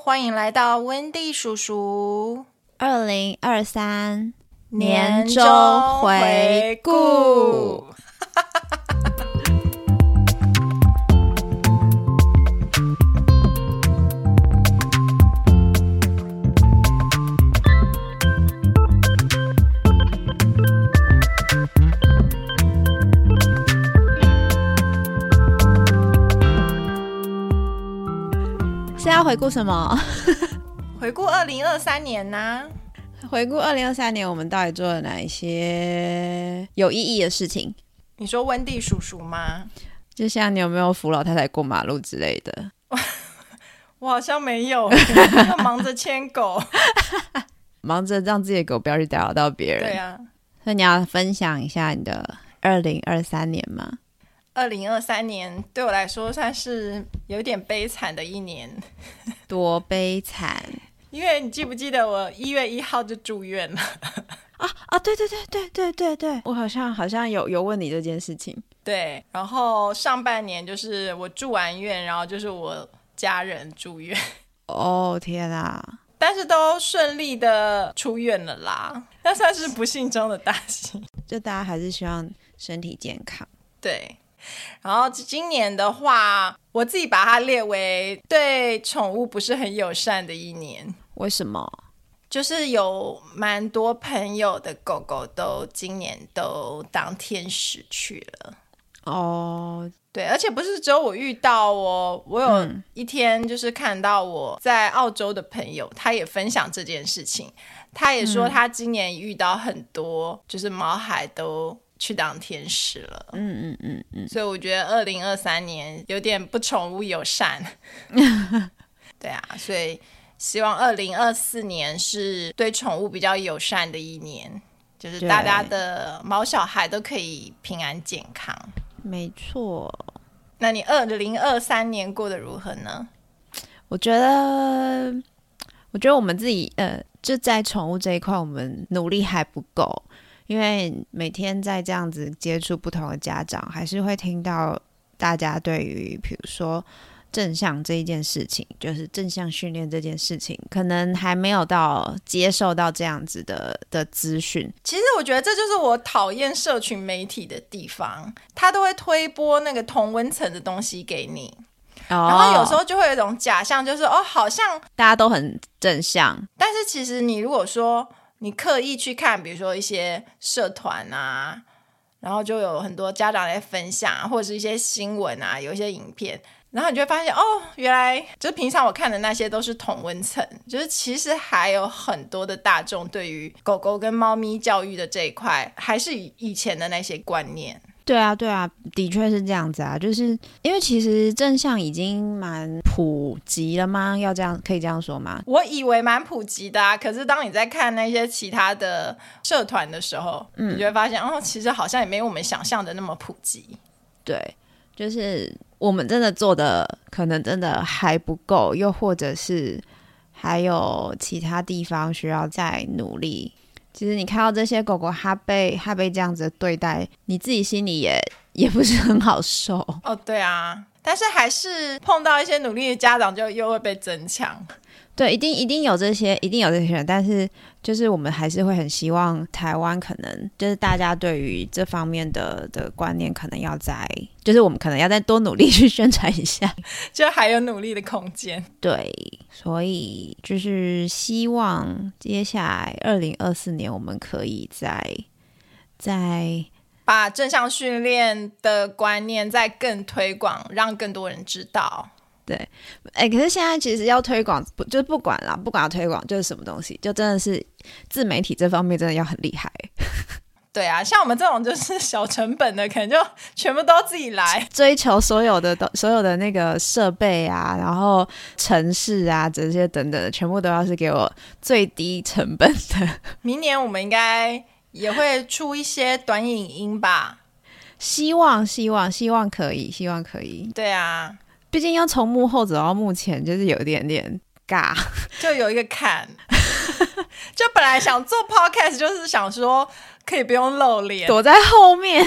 欢迎来到温蒂叔叔二零二三回顾。是要回顾什么？回顾二零二三年呐、 回顾二零二三年，我们到底做了哪一些有意义的事情？你说温蒂叔叔吗？就像你有没有扶老太太过马路之类的？我好像没 有，要忙着牵狗。忙着让自己的狗不要去打扰到别人。 对啊，所以你要分享一下你的二零二三年吗？二零二三年对我来说算是有点悲惨的一年，多悲惨因为你记不记得我一月一号就住院 了？啊啊！对对对对对对对，我好像好像有有问你这件事情。对，然后上半年就是我住完院，然后就是我家人住院，哦天啊！但是都顺利的出院了啦，那算是不幸中的大幸。就大家还是希望身体健康。对，然后今年的话，我自己把它列为对宠物不是很友善的一年，为什么？就是有蛮多朋友的狗狗都今年都当天使去了。哦，对，而且不是只有我遇到哦，我有嗯一天就是看到我在澳洲的朋友，他也分享这件事情，他也嗯说他今年遇到很多就是毛孩都去当天使了，嗯嗯嗯嗯，所以我觉得二零二三年有点不宠物友 善。对啊，所以希望二零二四年是对宠物比较友善的一年，就是大家对的毛小孩都可以平安健康。没错。那你二零二三年过得如何呢？我觉得，我觉得我们自己呃，就在宠物这一块，我们努力还不够，因为每天在这样子接触不同的家长，还是会听到大家对于比如说正向这一件事情，就是正向训练这件事情，可能还没有到接受到这样子的的资讯。其实我觉得这就是我讨厌社群媒体的地方，他都会推播那个同温层的东西给你，然然后有时候就会有一种假象，就是哦，好像，大家都很正向，但是其实你如果说你刻意去看，比如说一些社团啊，然后就有很多家长在分享啊，或者是一些新闻啊，有一些影片。然后你就会发现，哦，原来就是平常我看的那些都是同温层，就是其实还有很多的大众对于狗狗跟猫咪教育的这一块，还是以以前的那些观念。对啊，对啊，的确是这样子啊，就是因为其实正向已经蛮普及了吗？要这样可以这样说吗？我以为蛮普及的啊，可是当你在看那些其他的社团的时候，你就会发现，哦，其实好像也没有我们想象的那么普及。对，就是我们真的做的可能真的还不够，又或者是还有其他地方需要再努力。其实你看到这些狗狗，它被它被这样子对待，你自己心里也也不是很好受。哦，对啊，但是还是碰到一些努力的家长，就又会被增强。对，一定一定有这些，一定有这些人，但是就是我们还是会很希望台湾可能就是大家对于这方面的的观念，可能要在就是我们可能要再多努力去宣传一下。就还有努力的空间。对，所以就是希望接下来二零二四年我们可以在在把正向训练的观念再更推广，让更多人知道。哎，可是现在其实要推广，不就是不管啦，不管要推广就是什么东西，就真的是自媒体这方面真的要很厉害。对啊，像我们这种就是 小成本的，可能就全部都自己来。追求所有的都所有的那个设备啊，然后城市啊这些等等的，全部都要是给我最低成本的。明年我们应该也会出一些短影音吧？希望希望希望可以，希望可以。对啊，毕竟要从幕后走到幕前，就是有一点点尬。就有一个坎。 就本来想做 podcast，就是想说可以不用露脸，躲在后面。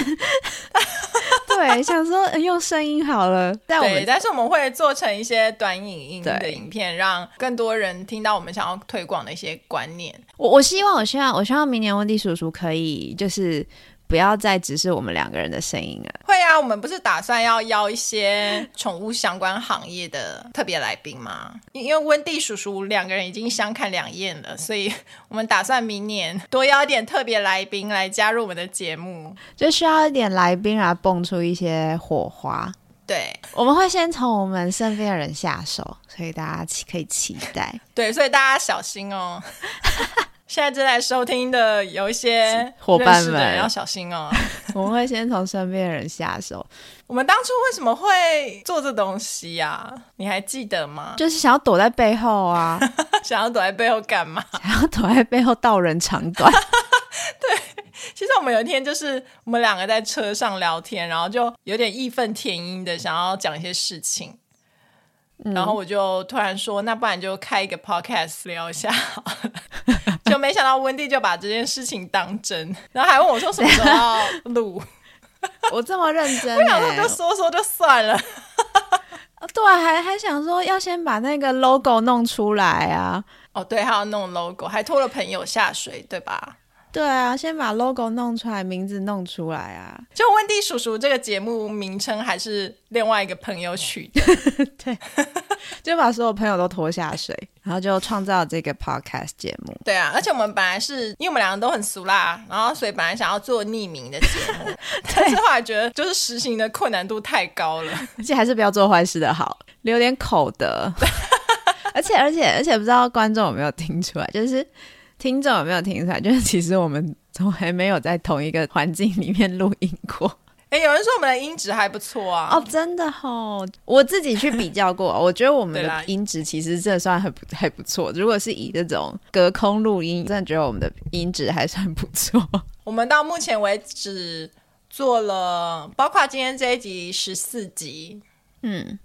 对 对，想说呃用声音好了，但我对，们但是我们会做成一些短影音的对影片，让更多人听到我们想要推广的一些观念。我我希望，我希望，我希望明年温蒂叔叔可以就是不要再只是我们两个人的声音了。会啊，我们不是打算要邀一些宠物相关行业的特别来宾吗？因因为温蒂叔叔两个人已经相看两厌了，所以我们打算明年多邀一点特别来宾来加入我们的节目。就需要一点来宾来蹦出一些火花。对我们会先从我们身边的人下手，所以大家期可以期待 对，所以大家小心哦。 现在正在收听的有一些伙伴们认识的人要小心哦。我们会先从身边的人下手，我们当初为什么会做这东西呀、你还记得吗？ 就是想要躲在背后啊，想要躲在背后干嘛？ 想要躲在背后道人长短。其实我们有一天就是我们两个在车上聊天，然后就有点义愤填膺的想要讲一些事情，嗯然后我就突然说，那不然就开一个 podcast 聊一下好了， 就没想到温蒂就把这件事情当真，然后还问我说什么时候要录，我这么认真、 我想说欸就，说说就算了，对啊，还还想说要先把那个 logo 弄出来啊。哦对，还要弄 logo，还拖了朋友下水，对吧？对啊，先把 logo 弄出来，名字弄出来啊。就温蒂叔叔这个节目名称还是另外一个朋友取的，就把所有朋友都拖下水，然后就创造这个 podcast 节目。对啊，而且我们本来是因为我们两个都很俗辣，然后所以本来想要做匿名的节 目，但是后来觉得就是实行的困难度太高了。 而且还是不要做坏事的好，留点口德。 而且而且而且，不知道观众有没有听出来，就是听众有没有听出来，就是其实我们从来没有在同一个环境里面录音过。哎，有人说我们的音质还不错啊，哦，真的哦，我自己去比较过，我觉得我们对的啦音质其实真的算很不还不错。如果是以这种隔空录音，真的觉得我们的音质还算不错。我们到目前为止做了，包括今天这一集十四集，嗯，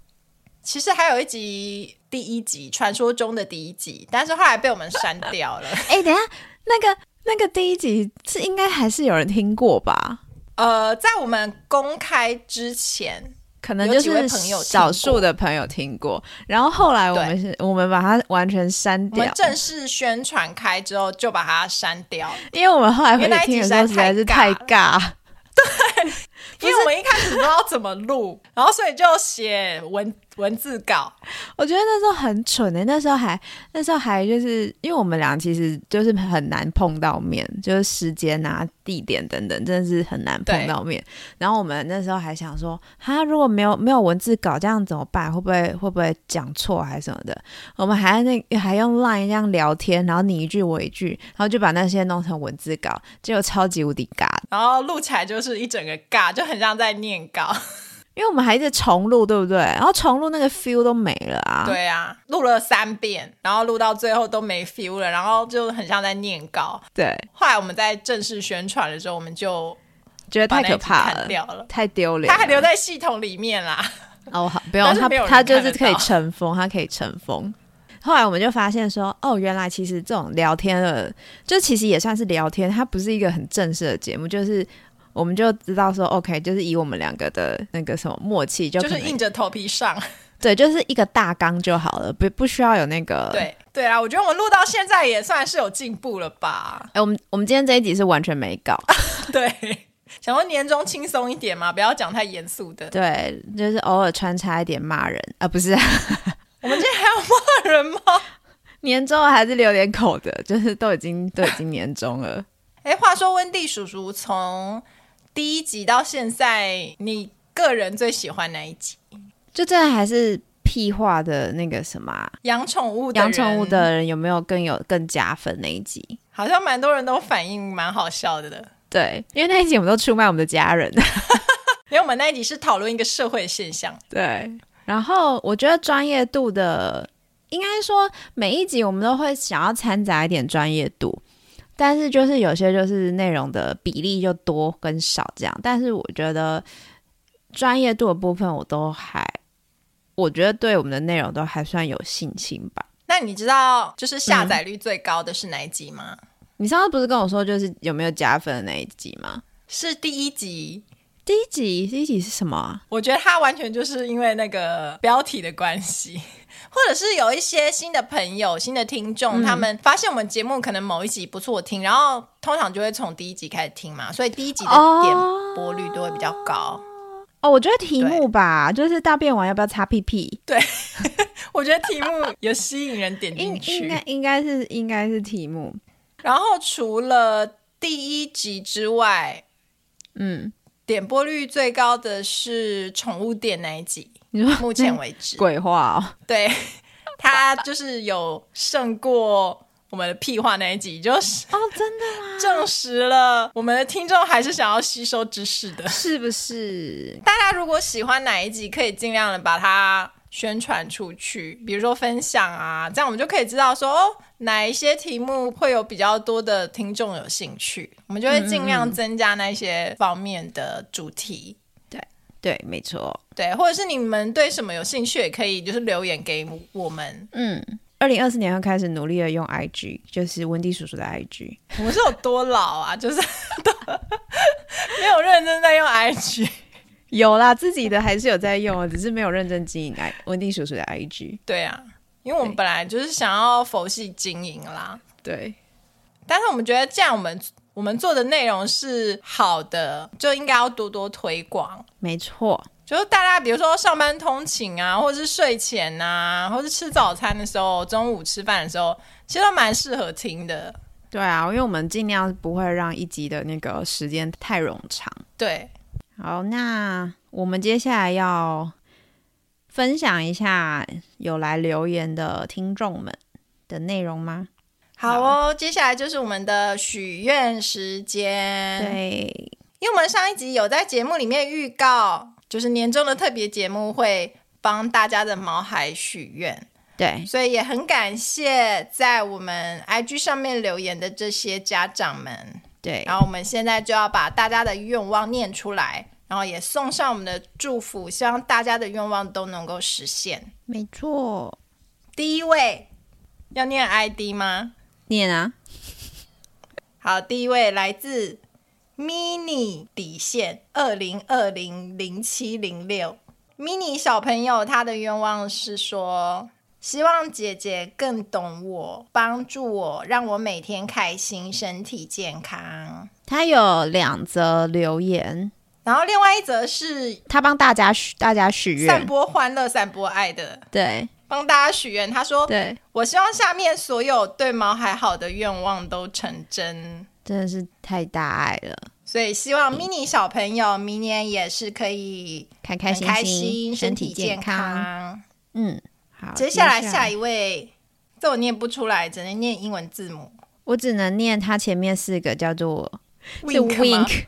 其实还有一集第一集传说中的第一集，但是后来被我们删掉 了。哎、等一下，那个那个第一集是应该还是有人听过吧？呃，在我们公开之前，可能有就几位是朋友听少过数的朋友听过，然后后来我们是我们把它完全删我掉们，正式宣传开之后就把它删掉了。因为我们后来回因为那去一集听的时候实实在在是太太尬，因为我们一开始不知道怎么录， 然后所以就写文文字稿，我觉得那时候很蠢的、那时候还那时候还就是因为我们俩其实就是很难碰到面，就是时间啊、地点等等，真的是很难碰对到面。然后我们那时候还想说，哈，如果没有没有文字稿，这样怎么办？会不会会不会讲错还是什么的？我们还那还用 Line 这样聊天，然后你一句我一句，然后就把那些弄成文字稿，结果超级无敌尬的，然后录起来就是一整个尬，就很像在念稿。因为我们还一直重录，对不对？然后重录那个 feel 都没了啊。对啊，录了三遍，然后录到最后都没 feel 了，然后就很像在念稿。对，后来我们在正式宣传的时候，我们就觉得把太那一可集怕砍了。啊掉了。太丢脸了，它还留在系统里面啦，哦，好，不用但是他没有人他就看是得可以到尘封，他可以尘封。后来我们就发现说，哦，原来其实这种聊天的，就其实也算是聊天，它不是一个很正式的节目，就是我们就知道说，OK，就是以我们两个的那个什么默契，就就可能是硬着头皮上。对，就是一个大纲就好了，不不需要有那个。，对对啊，我觉得我们录到现在也算是有进步了吧。哎，我们我们今天这一集是完全没 搞，对，想说年终轻松一点嘛，不要讲太严肃的。对，就是偶尔穿插一点骂人啊，不是啊 我们今天还要骂人吗？年终还是留点口的，就是都已经都已经年终了。哎，话说温蒂叔叔从第一集到现在，你个人最喜欢哪一集？就真的还是屁话的那个什么啊养宠物的养宠物人的人有没有更有更加分那一集？好像蛮多人都反应蛮好笑的的。对，因为那一集我们都出卖我们的家 人。因为我们那一集是讨论一个社会现象，对，然后我觉得专业度的，应该说每一集我们都会想要掺杂一点专业度，但是就是有些就是内容的比例就多跟少这样。但是我觉得专业度的部分我都还，我觉得对我们的内容都还算有信心吧。那你知道就是下嗯载率最高的是哪一集吗？你上次不是跟我说就是有没有加分的那一集吗？是第一集。第一集，第一集是什么啊？我觉得他完全就是因为那个标题的关系， 或者是有一些新的朋友、新的听众，嗯他们发现我们节目可能某一集不错听，然后通常就会从第一集开始听嘛，所以第一集的点播率都会比较高。哦，我觉得题目吧，就是大便完要不要擦屁屁？我觉得题目有吸引人点应进应去该。应该是应该是题目。然后除了第一集之外，嗯，点播率最高的是宠物店那一集，你说目前为止， 鬼话哦，对，它就是有胜过我们的屁话那一集，就是哦，真的吗？证实了我们的听众还是想要吸收知识的。是不是？大家如果喜欢哪一集，可以尽量的把它宣传出去，比如说分享啊，这样我们就可以知道说哦，哪一些题目会有比较多的听众有兴趣，我们就会尽量增加那些方面的主题。对，没错。对，或者是你们对什么有兴趣，也可以就是留言给我们。嗯，二零二四年会开始努力的用 IG，就是温蒂叔叔的 IG。 我们是有多老啊？ 就是没有认真在用 IG。有啦，自己的还是有在用，只是没有认真经营 I 温蒂叔叔的 IG。对啊，因为我们对本来就是想要佛系经营啦，对，但是我们觉得这样我们我们做的内容是好的，就应该要多多推广。没错。就是大家，比如说上班通勤啊，或者是睡前啊，或是吃早餐的时候，中午吃饭的时候，其实都蛮适合听的。对啊，因为我们尽量不会让一集的那个时间太冗长。对，好，那我们接下来要分享一下有来留言的听众们的内容吗？好哦，接下来就是我们的许愿时间。对，因为我们上一集有在节目里面预告，就是年终的特别节目会帮大家的毛孩许愿，对，所以也很感谢在我们 IG 上面留言的这些家长们。对，然后我们现在就要把大家的愿望念出来，然后也送上我们的祝福，希望大家的愿望都能够实现。没错，第一位要念 ID 吗？念啊，好，第一位来自 mini 底线二零二零零七零六 mini 小朋友，他的愿望是说，希望姐姐更懂我，帮助我，让我每天开心，身体健康。他有两则留言，然后另外一则是他帮大家许大家许散愿，播欢乐、散播爱的，对帮大家许愿。他说对，：“我希望下面所有对毛孩好的愿望都成真。”真的是太大爱了，所以希望 mini 小朋友明年也是可以开开很心开心，身身体体健康，康。嗯，好，接下来下一位，这我念不出来，只能念英文字母。我只能念他前面四个叫做是 wink 吗 wink，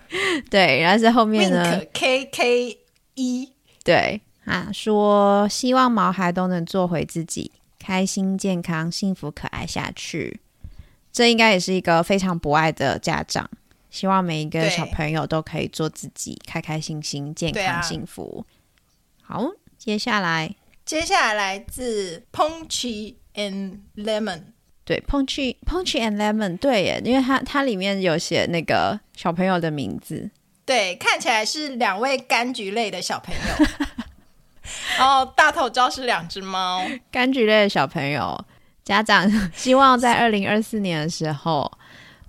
对，然后是后面呢 wink k k e，对啊，说希望毛孩都能做回自己，开心、健康、幸福、可爱下去。这应该也是一个非常博爱的家长，希望每一个对小朋友都可以做自己，开开心心、健对康、啊幸福。好，接下来接下来来自 Punchy and Lemon。对 Punchy Punchy and Lemon，对耶，因为它它里面有写那个小朋友的名字，对，看起来是两位柑橘类的小朋友。 然后大头照是两只猫，柑橘类的小朋友，家 长希望在二零二四年的时候，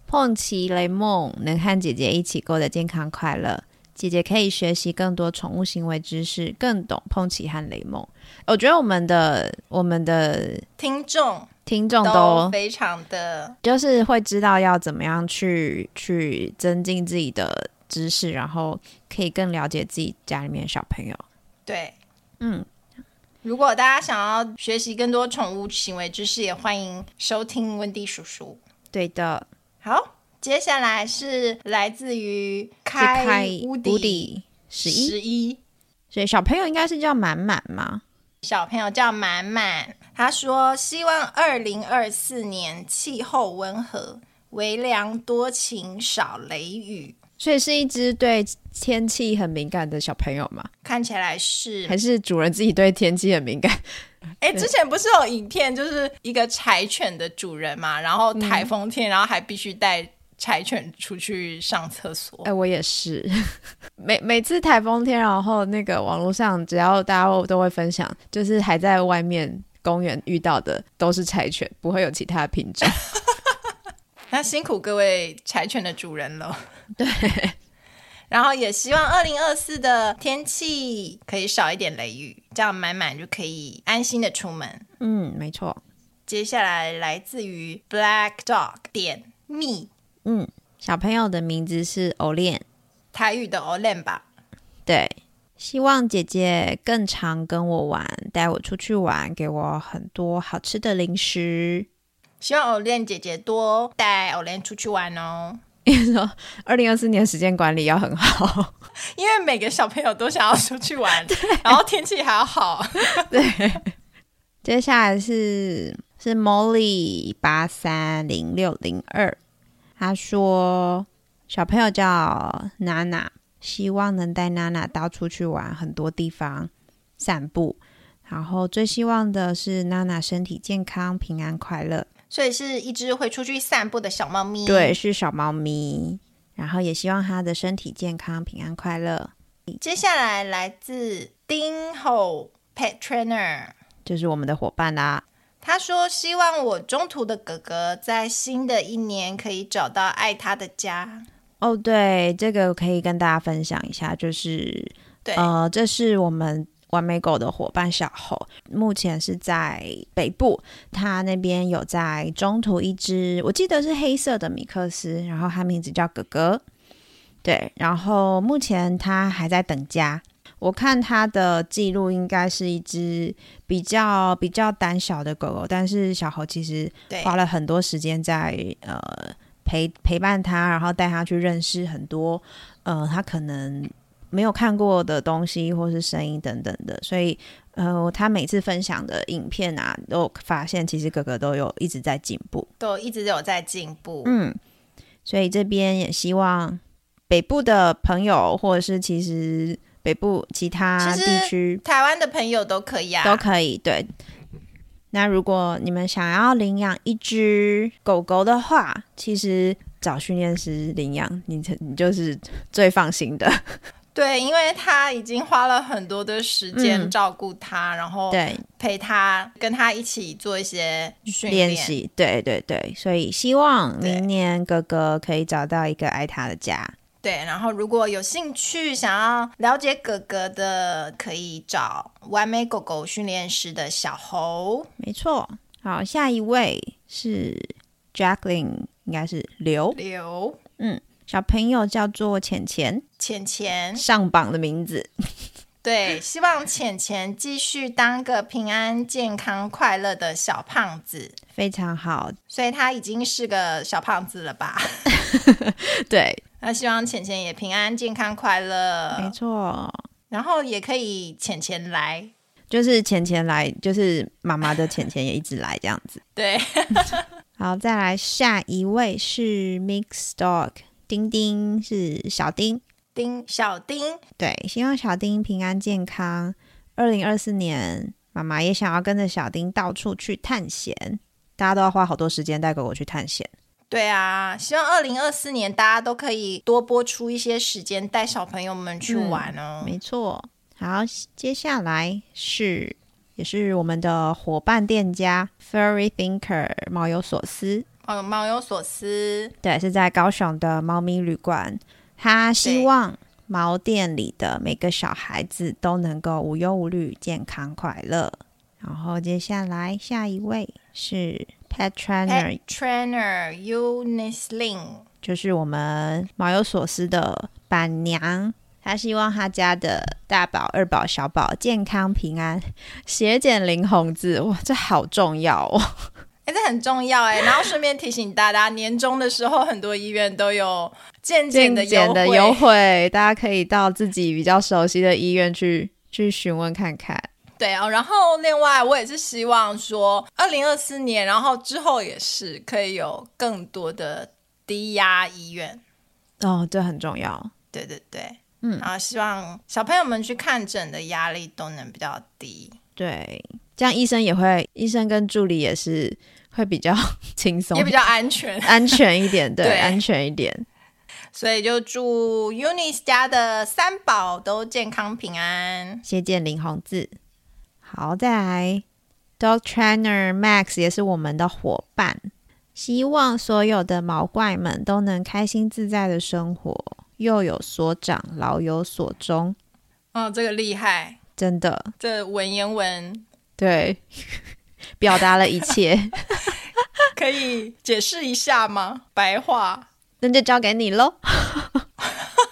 碰奇雷梦能和姐姐一起过得健康快乐。姐姐可以学习更多宠物行为知识，更懂碰奇和雷梦。我觉得我们的我们的听众听众都都非常的就是会知道要怎么样去去增进自己的知识，然后可以更了解自己家里面的小朋友。对。嗯，如果大家想要学习更多宠物行为知识，也欢迎收听温蒂叔叔。对的，好，接下来是来自于是开开无乌敌十一，十一所以小朋友应该是叫满满吗？小朋友叫满满，他说希望二零二四年气候温和，微凉多晴，少雷雨。所以是一只对天气很敏感的小朋友吗？看起来是还是主人自己对天气很敏感？哎、之前不是有影片，就是一个柴犬的主人嘛，然后台风天，然后还必须戴柴犬出去上厕所哎、。我也是， 每每次台风天，然后那个网络上只要大家都会分享，就是还在外面公园遇到的都是柴犬，不会有其他品种。那辛苦各位柴犬的主人了。对，然后也希望二零二四的天气可以少一点雷雨，这样满满就可以安心的出门。嗯，没错。接下来来自于 Black Dog 点 me 嗯，小朋友的名字是欧练，台语的 Olen 吧。对，希望姐姐更常跟我玩，带我出去玩，给我很多好吃的零食。 希望 Olen 姐姐多带 Olen 出去玩哦，二零二四年时间管理要很好，因为每个小朋友都想要出去玩， 然后天气还要好。 接下来是是 Molly 八三零六零二，他说小朋友叫娜娜，希望能带娜娜到处去玩，很多地方散步。然后最希望的是娜娜身体健康、平安快乐。所以是一只会出去散步的小猫咪。对，是小猫咪。然后也希望它的身体健康、平安快乐。接下来来自丁吼 Pet Trainer，这是我们的伙伴啦。他说希望我中途的哥哥在新的一年可以找到爱他的家。哦，对，这个可以跟大家分享一下，就是对，呃，这是我们完美狗的伙伴小猴，目前是在北部，它那边有在中途一只，我记得是黑色的米克斯，然后它名字叫哥哥，对，然后目前它还在等家。我看它的记录应该是一只比较比较胆小的狗狗，但是小猴其实对，花了很多时间在呃陪陪伴他，然后带他去认识很多呃他可能没有看过的东西或是声音等等的，所以呃他每次分享的影片啊，都有发现其实哥哥都有一直在进步，都一直有在进步。嗯，所以这边也希望北部的朋友或者是其实北部其他其实地区台湾的朋友都可以啊，都可以。对，那如果你们想要领养一只狗狗的话，其实找训练师领养，你你就是最放心的。对，因为他已经花了很多的时间嗯照顾他，然 后对，陪他，跟他一起做一些训练练。习，对对对，所以希望对明年哥哥可以找到一个爱他的家。对，然后如果有兴趣想要了解哥哥的，可以找完美狗狗训练师的小猴。没错，好，下一位是 Jacqueline，应该是刘刘小朋友叫做浅浅，浅浅，上榜的名字。对，希望浅浅继续当个平安、健康、快乐的小胖子。非常好，所以他已经是个小胖子了吧？ 对，那希望浅浅也平安、健康、快没乐，错，然后也可以浅浅来。就是钱钱来，就是妈妈的钱钱也一直来这样子。对，好，再来下一位是 Mix Dog 丁丁，是小丁。丁小丁，对，希望小丁平安健康。二零二四年，妈妈也想要跟着小丁到处去探险。大家都要花好多时间带狗狗去探险。对啊，希望二零二四年大家都可以多播出一些时间带小朋友们去玩哦。没错。好，接下来是也是我们的伙伴店家 Furry Thinker 猫有所思。哦，猫有所思，对，是在高雄的猫咪旅馆。他希望猫店里的每个小孩子都能够无忧无虑、健康快乐。然后接下来下一位是 Pet Pet Trainer，、Trainer Unis Lin，就是我们猫有所思的板娘。她希望她家的大宝、二宝、小宝健康平安， 血检零红字，哇，这好重 要哦！哎，这很重要哎。然后顺便提醒大家，年终的时候很多医院都有健检的优减惠，的优惠，大家可以到自己比较熟悉的医院去去询问看看。对哦，然后另外我也是希望说，二零二四年，然后之后也是可以有更多的低压医院。哦，这很重要。对对对，嗯然后希望小朋友们去看诊的压力都能比较低。对，这样医生也会，医生跟助理也是会比较 轻松，也比较安全。 安全一点，对，对安全一点。所以就祝 Unis 家的三宝都健康平安。谢见林宏志。好，再来，Dog Trainer Max 也是我们的伙伴，希望所有的毛怪们都能开心自在的生活，幼有所长，老有所终，哦，这个厉害，真的这文言文对， 表达了一切， 可以解释一下 吗？白话，那就交给你喽。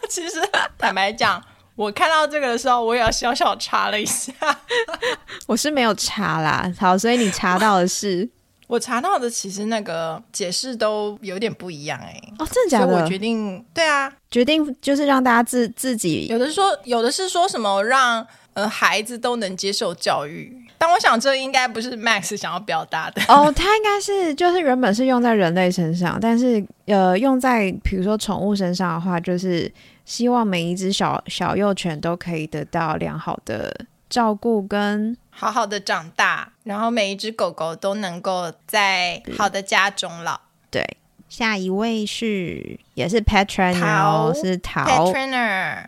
其实坦白讲，我看到这个的时候，我也小小查了一下。 我是没有查啦，好，所以你查到的是我查到的其实那个解释都有点不一样哎、 哦，真所的假以我的？决定，对啊，决定就是让大家自自己有的是说，有的是说什么让呃孩子都能接受教育，但我想这应该不是 Max 想要表达的。哦，它应该是就是原本是用在人类身上，但是呃，用在比如说宠物身上的话，就是希望每一只小小幼犬都可以得到良好的照顾跟好好的长大，然后每一只狗狗都能够在好的家终老。对。下一位是也是 Pet Trainer，哦陶是 Pet 桃， trainer，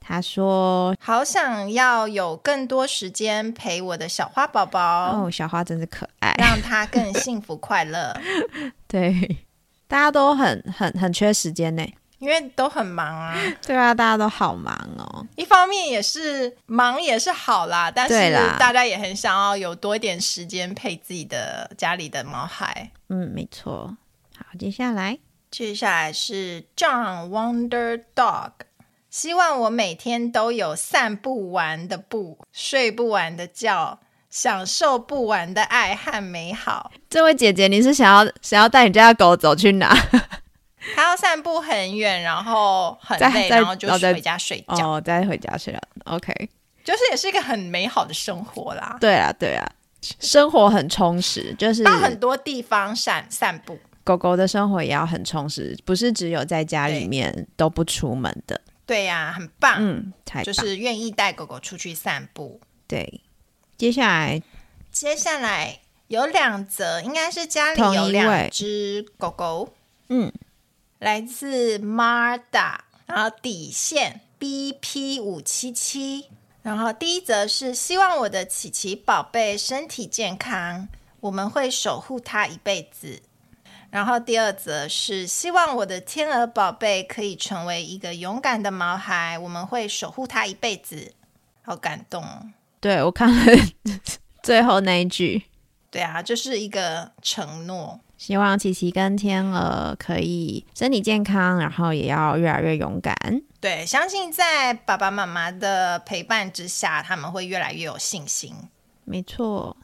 他说好想要有更多时间陪我的小花宝宝，哦，小花真是可爱。 让它更幸福快乐。 对，大家都很很很缺时间呢。因为都很忙啊，对啊，大家都好忙哦。一方面也是忙也是好啦，但对是啦大家也很想要有多一点时间陪自己的家里的毛孩。嗯，没错。好，接下来接下来是 John Wonder Dog，希望我每天都有散不完的步，睡不完的觉，享受不完的爱和美好。这位姐姐，你是想要想要带你家的狗走去哪？他要散步很远，然后很在累，在然后就然后再回家睡觉，哦，再回家去了。OK，就是也是一个很美好的生活啦。对啊，对啊，生活很充实，就是到很多地方散散步，狗狗的生活也要很充实，不是只有在家里对面都不出门的。对呀、很棒。嗯，太棒。就是愿意带狗狗出去散步。对，接下来接下来有两则，应该是家里同一有位两只狗狗，嗯，来自 Marda，然后底线 BP 五七七。然后第一则是希望我的琪琪宝贝身体健康，我们会守护它一辈子。然后第二则是希望我的天鹅宝贝可以成为一个勇敢的毛孩，我们会守护它一辈子。好感动哦！对我看了最后那一句，对啊，就是一个承诺。希望琪琪跟天鹅可以身体健康，然后也要越来越勇敢。对，相信在爸爸妈妈的陪伴之下，他们会越来越有信心。没错。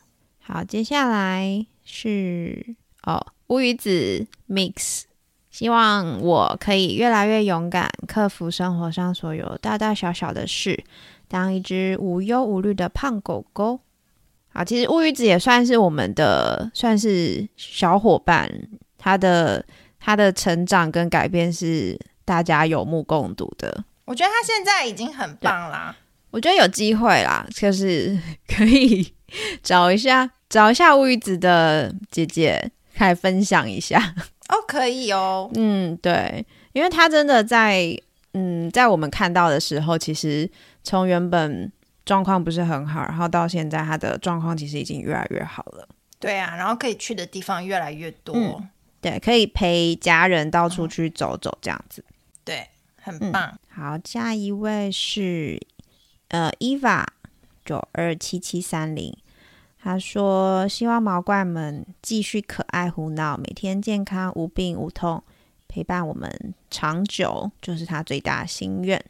好，接下来是哦，乌鱼子 mix。希望我可以越来越勇敢，克服生活上所有大大小小的事，当一只无忧无虑的胖狗狗。啊，其实乌鱼子也算是我们的，算是小伙伴，他的他的成长跟改变是大家有目共睹的。我觉得他现在已经很棒啦。我觉得有机会啦，就是 可以找一下找一下乌鱼子的姐姐来分享一下。哦，可以哦。嗯，对，因为她真的在嗯，在我们看到的时候，其实从原本状况不是很好，然后到现在她的状况其实已经越来越好了。对啊，然后可以去的地方越来越多，嗯对，可以陪家人到处去走走这样子。对，嗯很棒。好，下一位是呃，Eva 九二七七三零，他说希望毛怪们继续可爱胡闹，每天健康无病无痛，陪伴我们长久，就是他最大的心愿。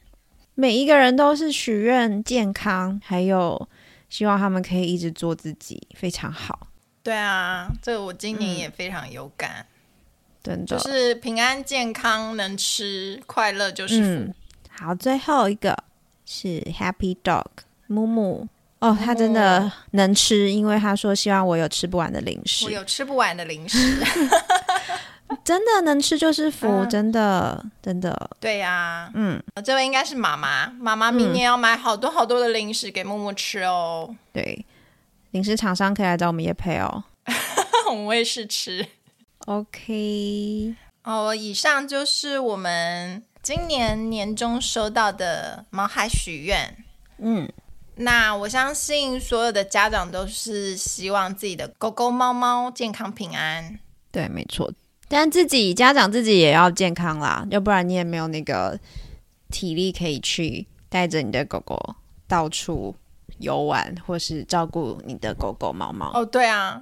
每一个人都是许愿健康，还有希望他们可以一直做自己，非常好，对啊，这个我今嗯年也非常有感，真的。就是平安健康，能吃，快乐就是福。嗯，好，最后一个是 Happy Dog 木木。哦，他真的能吃，因为他说希望我有吃不完的零我食，有吃不完的零 食，真的能吃就是福，嗯真的真的，对呀、嗯，这位应该是妈妈，妈妈明年要买好多好多的零食给木木吃哦。 对，零食厂商可以来找我们叶配哦。我们喂试吃。 OK，哦，以上就是我们今年年中收到的毛孩许愿。嗯，那我相信所有的家长都是希望自己的狗狗、猫猫健康平安。对，没错。但自己家长自己也要健康啦，要不然你也没有那个体力可以去带着你的狗狗到处游玩，或是照顾你的狗狗、猫猫。哦，对啊，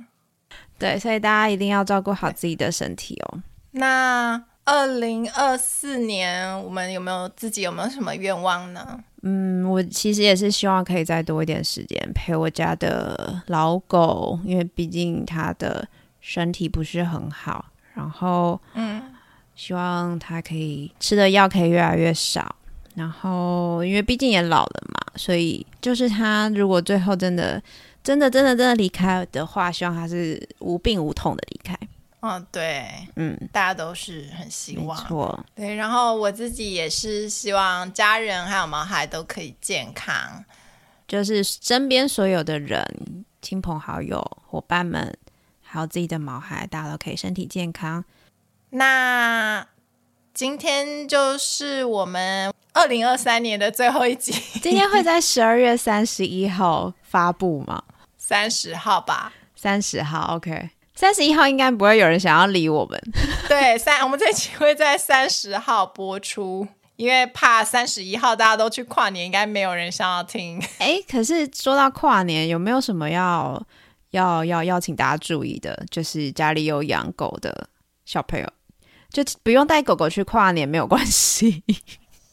对，所以大家一定要照顾好自己的身体哦。那二零二四年我们有没有自己有没有什么愿望呢？嗯，我其实也是希望可以再多一点时间陪我家的老狗，因为毕竟它的身体不是很好，然后嗯，希望它可以吃的药可以越来越少。然后，因为毕竟也老了嘛，所以就是它如果最后真的、真的、真的、真的离开的话，希望它是无病无痛的离开。哦，对，嗯，大家都是很希没望。错，对，然后我自己也是希望家人还有毛孩都可以健康。就是身边所有的人、亲朋好友、伙伴们，还有自己的毛孩，大家都可以身体健康。那今天就是我们二零二三年的最后一集， 今天会在十二月三十一号发布吗？三十号吧。三十号，OK。三十一号应该不会有人想要理我们，对，三我们这期会在三十号播出，因为怕三十一号大家都去跨年，应该没有人想要听。 哎，可是说到跨年，有没有什么要要要要请大家注意的？就是家里有养狗的小朋友，就不用带狗狗去跨年，没有关系。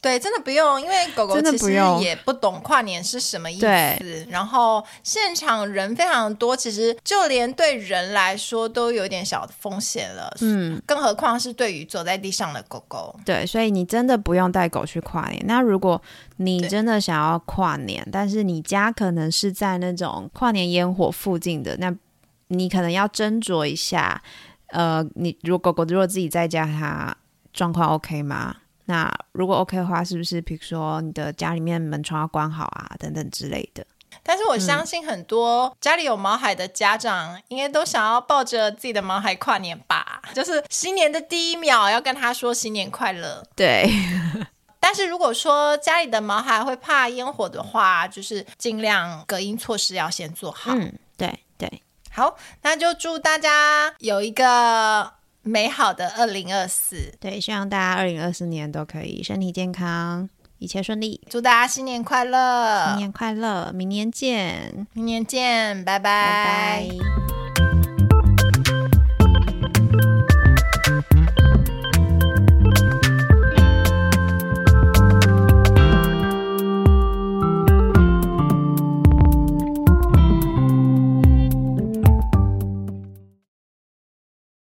对，真的不用，因为狗狗真的其不实用也不懂跨年是什么意思对。然后现场人非常多，其实就连对人来说都有点小风险了，嗯，更何况是对于走在地上的狗狗。对，所以你真的不用带狗去跨年。那如果你对真的想要跨年，但是你家可能是在那种跨年烟火附近的，那你可能要斟酌一下。呃，你如果狗狗如果自己在家，它状况 OK 吗？那如果 OK 的话，是不是比如说你的家里面门窗要关好啊，等等之类的？但是我相信很多家里有毛孩的家长，应该都想要抱着自己的毛孩跨年吧， 就是新年的第一秒要跟他说新年快乐。对，但是如果说家里的毛孩会怕烟火的话，就是尽量隔音措施要先做好。嗯，对对，好，那就祝大家有一个美好的二零二四，对，希望大家二零二四年都可以身体健康，一切顺利，祝大家新年快新乐，年快乐，明年见。明年见，拜拜拜。